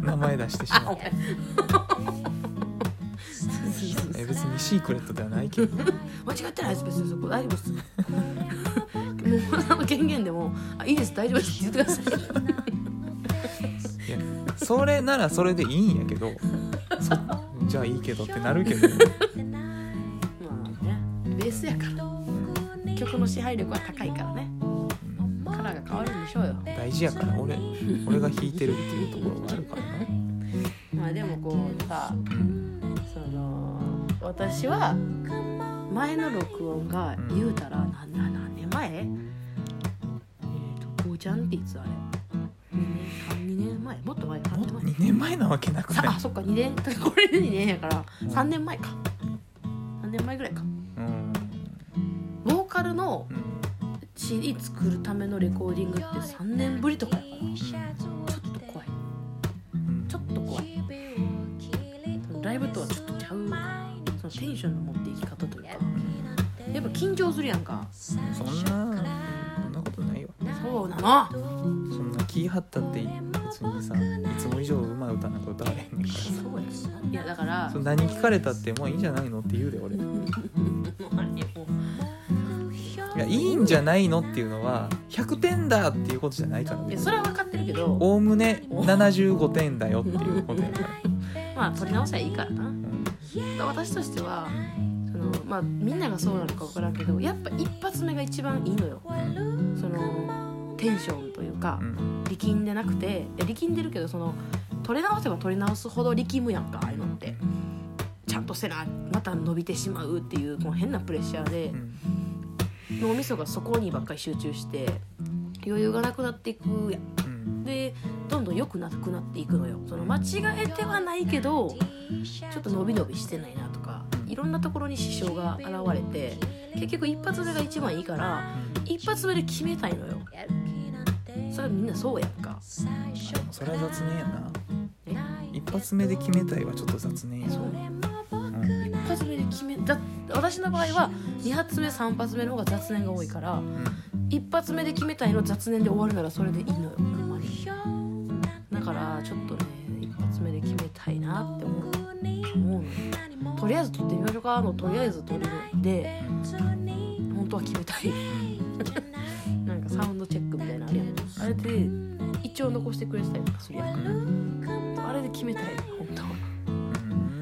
名前出してし
あ
ま
お
う
前
え別にシークレットではないけど
間違ってないです別にそこ大丈夫ですもうあの権限でもあいいです大丈夫ですって言ってください
いやそれならそれでいいんやけどそじゃあいいけどってなるけど
まあねベースやから曲の支配力は高いからね
うん
カラーが変わるんでしょうよ
大事やから俺俺が弾いてるっていうところがあるからな
まあでもこうさその私は前の録音が
うん
言うたらなな何年前えっ、とこうちゃんっていつあれ2年 ,2 年前もっと前か
も
も
っ
っ
と
と前
2年前なわけなく
さ
ない
あそっか2年 これで2年やから
うん
3年前か3年前ぐらいか
うん
ボーカルの
うん
CD 作るためのレコーディングって3年ぶりとかやからちょっと怖い
うん
ちょっと怖いライブとはちょっとちゃうからそのテンションの持っていき方というかやっぱ緊張するやんか
そんなそんなことないよ
そうなの
そんな気張ったって別にさいつも以上うまい歌なんか歌われへんねんから
そうやいやだから
それ何聞かれたってもういいんじゃないのって言うで俺いやいいんじゃないのっていうのは100点だっていうことじゃないから
い
ね
やそれは分かってるけど
おおむね75点だよっていうことやから、
まあ取り直せばいいからな
うん
私としてはそのまあみんながそうなのか分からんけどやっぱ一発目が一番いいのよ
うん
そのテンションというか
うん
力んでなくてで力んでるけどその取り直せば取り直すほど力むやんかああいうのってちゃんとせなまた伸びてしまうっていうこの変なプレッシャーで
うん
脳みそがそこにばっかり集中して余裕がなくなっていくやん
うん
でどんどん良くなくなっていくのよその間違えてはないけどちょっと伸び伸びしてないなとかいろんなところに支障が現れて結局一発目が一番いいから一発目で決めたいのよそれはみんなそうやんか
あでもそれは雑念やな
え
一発目で決めたいはちょっと雑念や
そう
うん
一発目で決めだ私の場合は2発目3発目の方が雑念が多いから
うん
一発目で決めたいの雑念で終わるならそれでいいのよほんまにだからちょっとね一発目で決めたいなって思う思うのとりあえず撮ってみましょうかのとりあえず撮るで本当は決めたい なんかサウンドチェックみたいなのあれやんあれで一応残してくれてたりとかするやんあれで決めたい本当は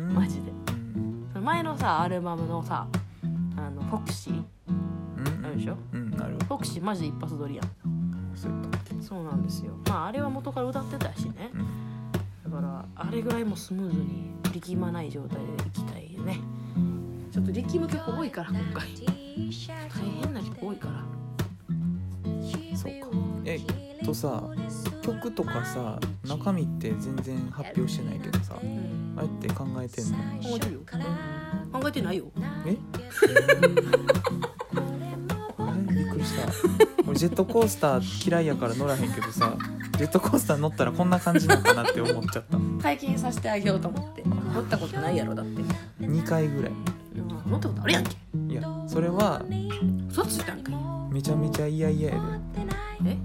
う ん
マジで
うん
その前のさアルバムのさあのフォクシー
うん
あるでしょ
うんなる
フォクシーマジで一発撮りやん
そうやった
そうなんですよまああれは元から歌ってたしね
うん
だからあれぐらいもうスムーズに力まない状態でいきたいよねちょっと力む曲多いから今回大変な曲多いから
そうかえっとさ曲とかさ中身って全然発表してないけどさ
うん
あえて考えてんの
考えてるよ考えてないよ
えあれびっくりした俺ジェットコースター嫌いやから乗らへんけどさジェットコースター乗ったらこんな感じなんかなって思っちゃった
解禁させてあげようと思って持ったことないやろだって
2回ぐらい
うん持ったことあるやんけ
いやそれは
そっちたんかい
めちゃめちゃいやいやや
え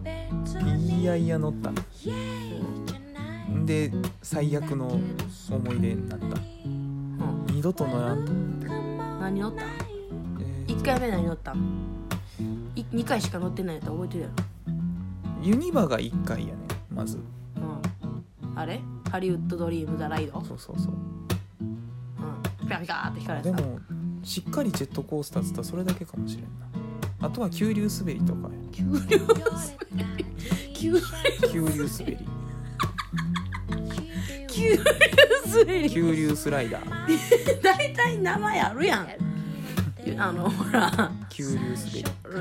でいやいや乗ったんで最悪の思い出になった
うん
二度と乗らんと、
何乗った
えー
1回目何乗った2回しか乗ってないやったら覚えてるやろ
ユニバが1回やねまず
うん、あれハリウッドドリーム・ザ・ライド、
そうそうそう
うん、ピカピカーって光られ
で
て た
もしっかりジェットコースターっつったらそれだけかもしれんなあとは急流滑りとかや
急流急流
急流滑り
急流滑り
急流スライダー
大体名前あるやんあのほら
急流滑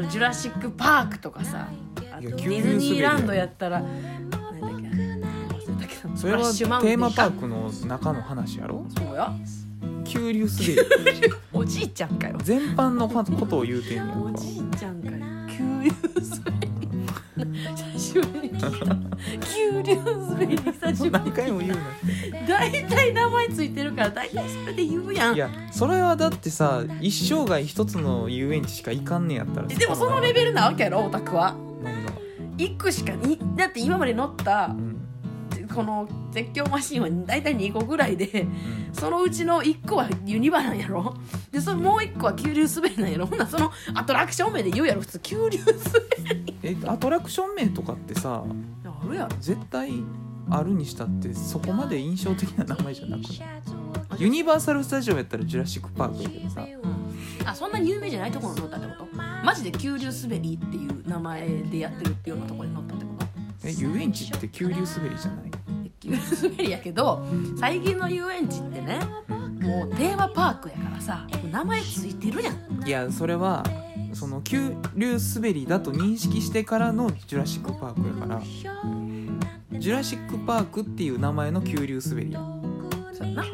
ジュラシック・パークとかさあと
い
デ
や
ィズニーランドやったら何だっけ忘れたけど
りそれ
スプ
は
ラッシュマウン
テ
テ
ー
ン
マ
か
パークの中の話やろ
そうや
急流滑り
おじいちゃんかよ
全般のことを言うてんやんか
おじいちゃんかよ急流滑り久しぶりに聞いた急流滑り久しぶり
何回も言う
大体名前ついてるから大体それで言うや
なんいやそれはだってさ一生涯一つの遊園地しか行かんねやったら
でもそのレベルなわけやろオタクは
何が、
1個しかにだって今まで乗った
うん
この絶叫マシンは大体2個ぐらいで
うん
そのうちの1個はユニバなんやろでそのもう1個は急流滑りなんやろほん ならそのアトラクション名で言うやろ普通急流滑り
えアトラクション名とかってさ
あるや
絶対あるにしたってそこまで印象的な名前じゃなくないユニバーサル・スタジオやったらジュラシック・パークやけどさ
ろあそんなに有名じゃないところに乗ったってことマジで急流滑りっていう名前でやってるっていうようなところに乗ったってこと
え遊園地って急流滑りじゃない
急流滑りやけど最近の遊園地ってねもうテーマパークやからさもう名前ついてるやん
いやそれはその急流滑りだと認識してからのジュラシック・パークやからジュラシック・パークっていう名前の急流滑りや
そうやな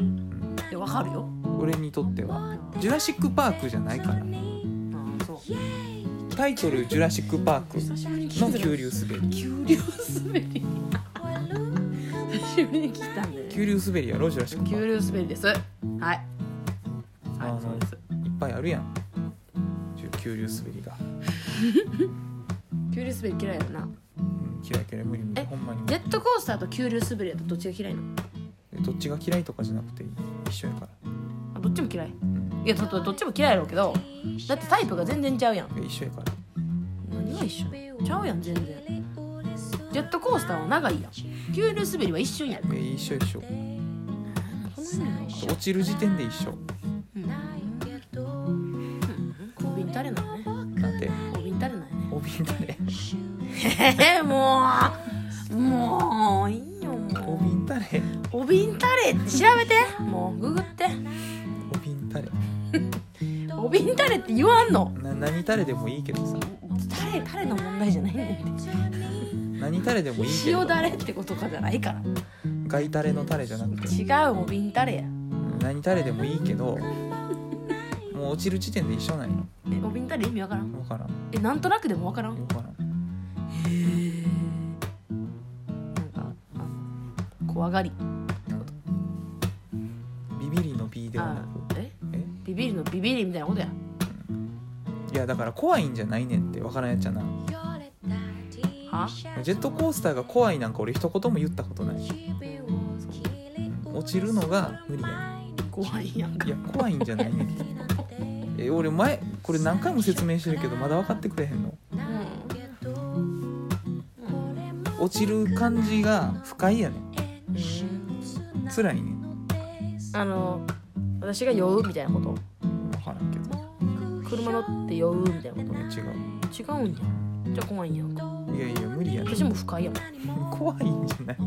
でわかるよ
俺にとってはジュラシック・パークじゃないから
うんそう
タイトル「ジュラシック・パーク」
久しぶりに聞い
の
た
急流滑り
急流滑り 久しぶりに聞いたんでね
急流滑りやろジュラシック・パ
急
ー
流滑りですはいはい
あの
そうです
クいっぱいあるやん急流滑りが。
急流滑り嫌いやな
うん嫌い嫌い無理無
え
理ほんまに無
ジ
理
ェットコースターと急流滑りだとどっちが嫌いなの
えどっちが嫌いとかじゃなくて一緒やから
あどっちも嫌いいやどどどっちも嫌いやろうけどだってタイプが全然ちゃうやん
え一緒やから
何が一緒ちゃうやん全然ジェットコースターは長いやん急流滑りは一瞬やろ
え一緒一緒
そんな意味ないの
落ちる時点で一緒
うん、うん、おびんたれないね
なんて
おびんたれないね
お瓶タレ
えー、 もうもういいよ
お
も
瓶タレ
うおびんたれって調べてもうググって
お瓶タレ
おびんたれって言わんの
な何タレでもいいけどさ
タレタレの問題じゃないんだよ
何タレでもいいけど
塩だれってことかじゃないから
ガイタレのタレじゃなくて
違うおびんたれや
何タレでもいいけどもう落ちる時点で一緒なんよ
えおびんたれ意味わからん
分からん
えなんとなくでもわからん
分からん
なんかあ怖がり
ビビリの B ではな
あ
く
え
え
ビビリのビビリみたいなことや
いやだから怖いんじゃないねんって分からんやっちゃな
は
ジェットコースターが怖いなんか俺一言も言ったことない落ちるのが無理や
怖いやんか
いや怖いんじゃないねんって え俺前これ何回も説明してるけどまだ分かってくれへんの落ちる感じが不快やねん辛いねん
あの私が酔うみたいなこと
分からんけど
車乗って酔うみたいなこ
ごめん違う
と違うんじゃんじゃあ怖いんやんか
いやいや無理やね
私も不快やも
ん怖いんじゃない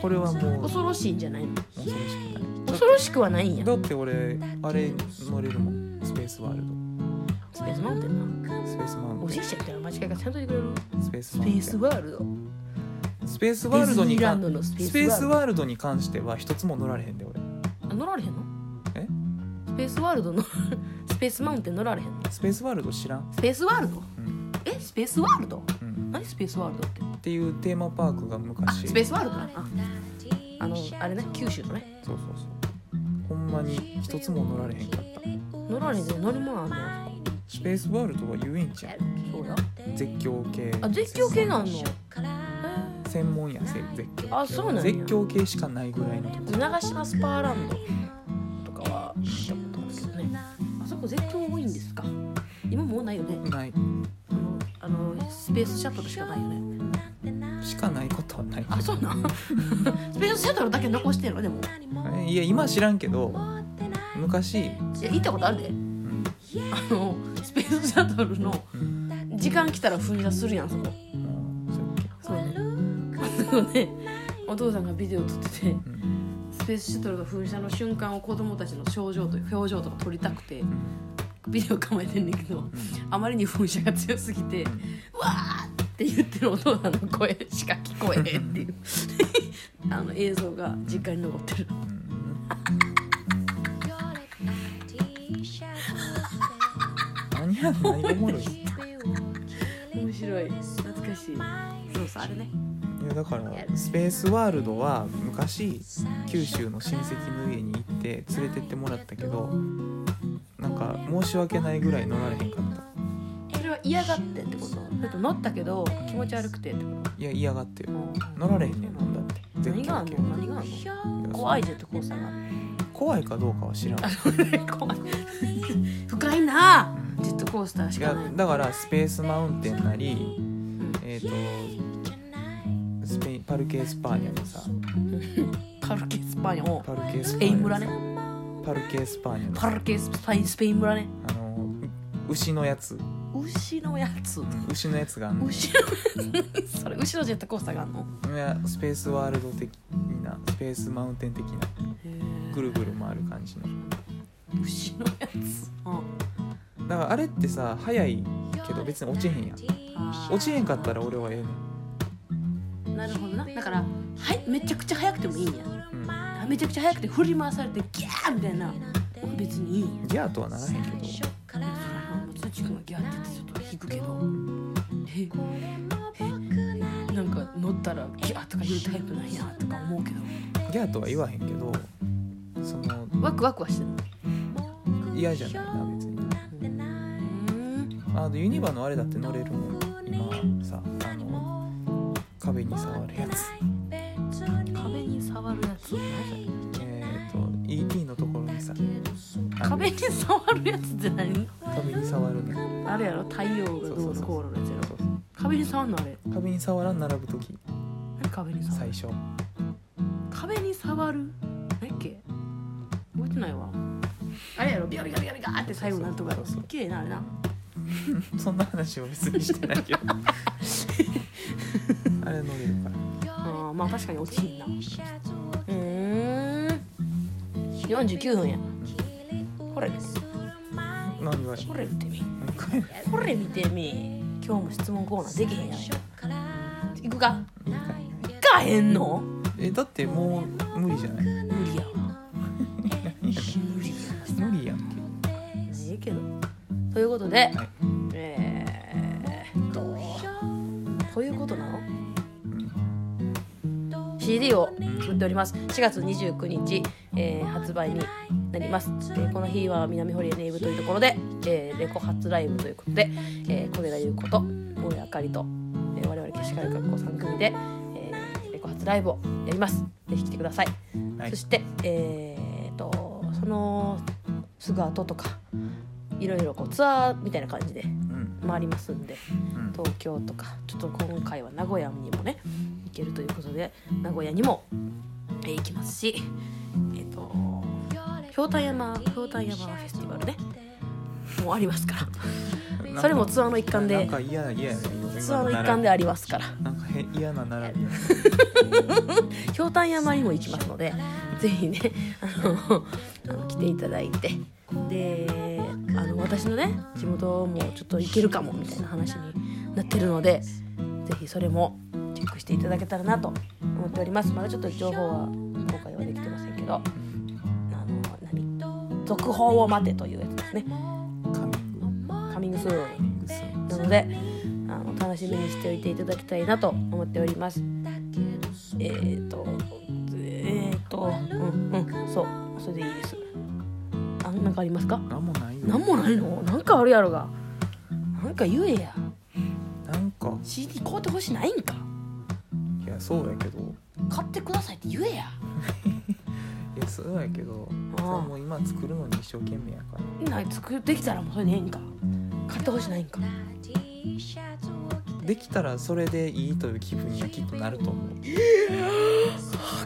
これはもうん
恐ろしいんじゃないの
恐ろしくない
恐ろしくはないんや
だって俺あれ乗れるもんスペースワール
スペースマウンテンな
ドスペースマウン
お
テ
じいちゃんみたいな間違いがちゃんと言ってくれる
ンスペース
ス
マ
ペ
ウンテ
ー
ン
スワールド
スペース
デ
ワ
ィ
ール
ズ
ドに
ニーラン
関
ドのスペ
スペー
ースワ
ス
ール
ワールドに関しては一つも乗られへんで俺
ドあ乗られへんの
え
スペースワールドの スペースマウンテン乗られへんの
スペースワールド知らん、
スペースワールド
うん
えスペースワールド
うん、
何スペースワールドって
っていうテーマパークが
あ
昔
スペースワールドなああのあれね九州のね
そうそうそうほんまに一つも乗られへんかった
乗られへんで乗り物あんの
スペースワールドは遊園地や
そうや
絶叫系
あ絶叫系があんの
専門やせ絶叫
あそうなんや
絶叫系しかないぐらいのとこ
長島スパーランドとかは見たことあるけどねあそこ絶叫多いんですか今もうないよね
ない
あのあのスペースシャトルしかないよね
しかないことはない
あそうなん スペースシャトルだけ残してるのでも
えいや今知らんけど昔、
いや行ったことあるで
うん
あのスペースシャトルの
うん
時間来たら噴射するやんそこ
うんそうやっ
そうねあそこで お父さんがビデオ撮ってて
けうん
スペースシャトルの噴射の瞬間を子供たちの症状と表情とか撮りたくてビデオ構えてんねんけどあまりに噴射が強すぎて「うわー!」って言ってるお父さんの声しか聞こえへんっていう あの映像が実家に残ってる
うん何やろ何がおもろいい
面白い懐かしいそうそうあれね
やだからスペースワールドは昔九州の親戚の家に行って連れてってもらったけどなんか申し訳ないぐらい乗られへんかった
それは嫌がってってことちょっと乗ったけど気持ち悪くてってこ
いや嫌がってよ
と
乗られへんねんもんだって絶
何があ
叫
んの
系
何があんの怖いジェットコースターが
怖いかどうかは知らんい
怖い深いなあジェットコースターしか
や
ない
だからスペースマウンテンなり
うん
えっ、とスペインパルケ・エスパーニャのさ
パルケスパインを
パルケ・エス
ス
パ
ペ
ー
イ
ニ
ン
ャ
村
の
ね
さパルケ・エスパーニャの
パ
さ
ルケスパインスペイン村ね
あの牛のやつ
牛のやつ
牛のやつがあんの
牛のやつそれ牛のジェットコースターがあんの
いやスペースワールド的なスペースマウンテン的なぐるぐる回る感じの
牛のやつ
だからあれってさ速いけど別に落ちへんやん落ちへんかったら俺はええねん、
なるほどなだからはいめちゃくちゃ速くてもいいんや
うん、
めちゃくちゃ速くて振り回されてギャーみたいな別にいいんや
ギャーとはならへんけど
それはもう土君がギャーって言ってちょっと引くけどええなんか乗ったらギャーとか言うタイプなんやとか思うけど
ギャーとは言わへんけどその
ワクワクはしてる
嫌じゃないな別に
うん
あのユニバのあれだって乗れるもん今さあの壁に触るやつ
壁に触るやつ
えっ、ー、と ET のところにさあの
壁に触るやつって何
壁に触るね
あれやろ太陽がどうのこうのやつやろ壁に触んのあれ
壁に触らん並ぶ時
何壁に触
最
る
初
壁に触る何っけ覚えてないわあれやろビョリガビョリガーって最後なんとかやろ
そうそう
綺麗なあれな
そんな話を別にしてないけどあれ乗れるから
あーまあ確かに落ちひんなうーん49分やこれ
何が
これ見てみ
何かや
これ見てみ今日も質問コーナーできへんやないか行くか
何かや
行かへんの
えだってもう無理じゃない
無 理やわ無理や
無理やん
いいけどということで、
はい
えーっとということなの、CD を売っております4月29日、えー発売になります、えーこの日は南堀エネイブというところで、えーレコ初ライブということで、えー、小寺優子と大江あかりと、えー我々けしかる学校3組で、えーレコ初ライブをやりますぜひ来てください
けはい
そして、えー、とそのすぐ後とかいろいろこうツアーみたいな感じで
うん
回りますんで
うん
東京とかちょっと今回は名古屋にもね行けるということで名古屋にも、えー行きますしえっ、とひょうたん山ひょうたん山フェスティバルねもうありますか
な
ら
んか
それもツアーの一環
な
で
んか嫌な嫌やね
ツアーの一環でありますから
なんかへ嫌な並びや
ひょうたん山にも行きますのでぜひねあのあの来ていただいてであの私のね地元もちょっと行けるかもみたいな話になってるのでぜひそれもチェックしていただけたらなと思っておりますまだちょっと情報は公開はできてませんけどあの何続報を待てというやつですね
カミング
カミングスーン
カミングス
なのであの楽しみにしておいていただきたいなと思っておりますえっ、ー、とえっ、ー、とうんうんそうそれでいいですあなんかありますか
なんもないよ
なんもないのなんかあるやろがなんか言えや
なんか
CD 買うてほしないんか
いやそうやけど
買ってくださいって言えや
いやそうやけど
ああ
もう今作るのに一生懸命やから
な作ってきたらもうそれでええんか買ってほしないんか
できたらそれでいいという気分にはきっとなると思う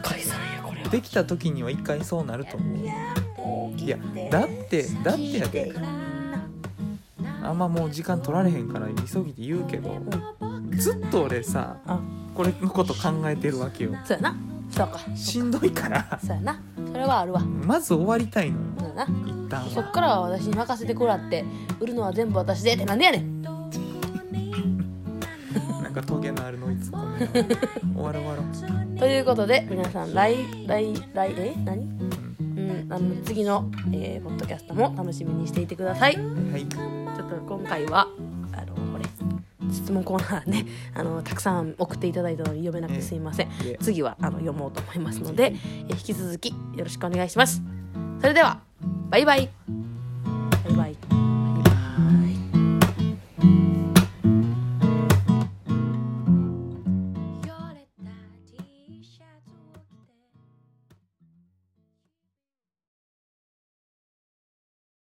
解散やこれ
できた時には一回そうなると思う
もう
いやだってだってやであんまもう時間取られへんから急ぎで言うけどずっと俺さ
あ
これのこと考えてるわけよ
そうやなそうか
しんどいから
そうやなそれはあるわ
まず終わりたいのよ
そうやな
一旦
そっ
は
からは私に任せてこらって売るのは全部私でってなんでやねん
なんかトゲのあるのいつもね終わろう終わろう
ということで皆さん来来来え何うんあの次の、えーポッドキャストも楽しみにしていてくださいちょ
うんはい
っと今回はあのこれ質問コーナーねあのたくさん送っていただいたのに読めなくてすいません
いえ
次はあの読もうと思いますので、えー引き続きよろしくお願いしますそれではバイバイ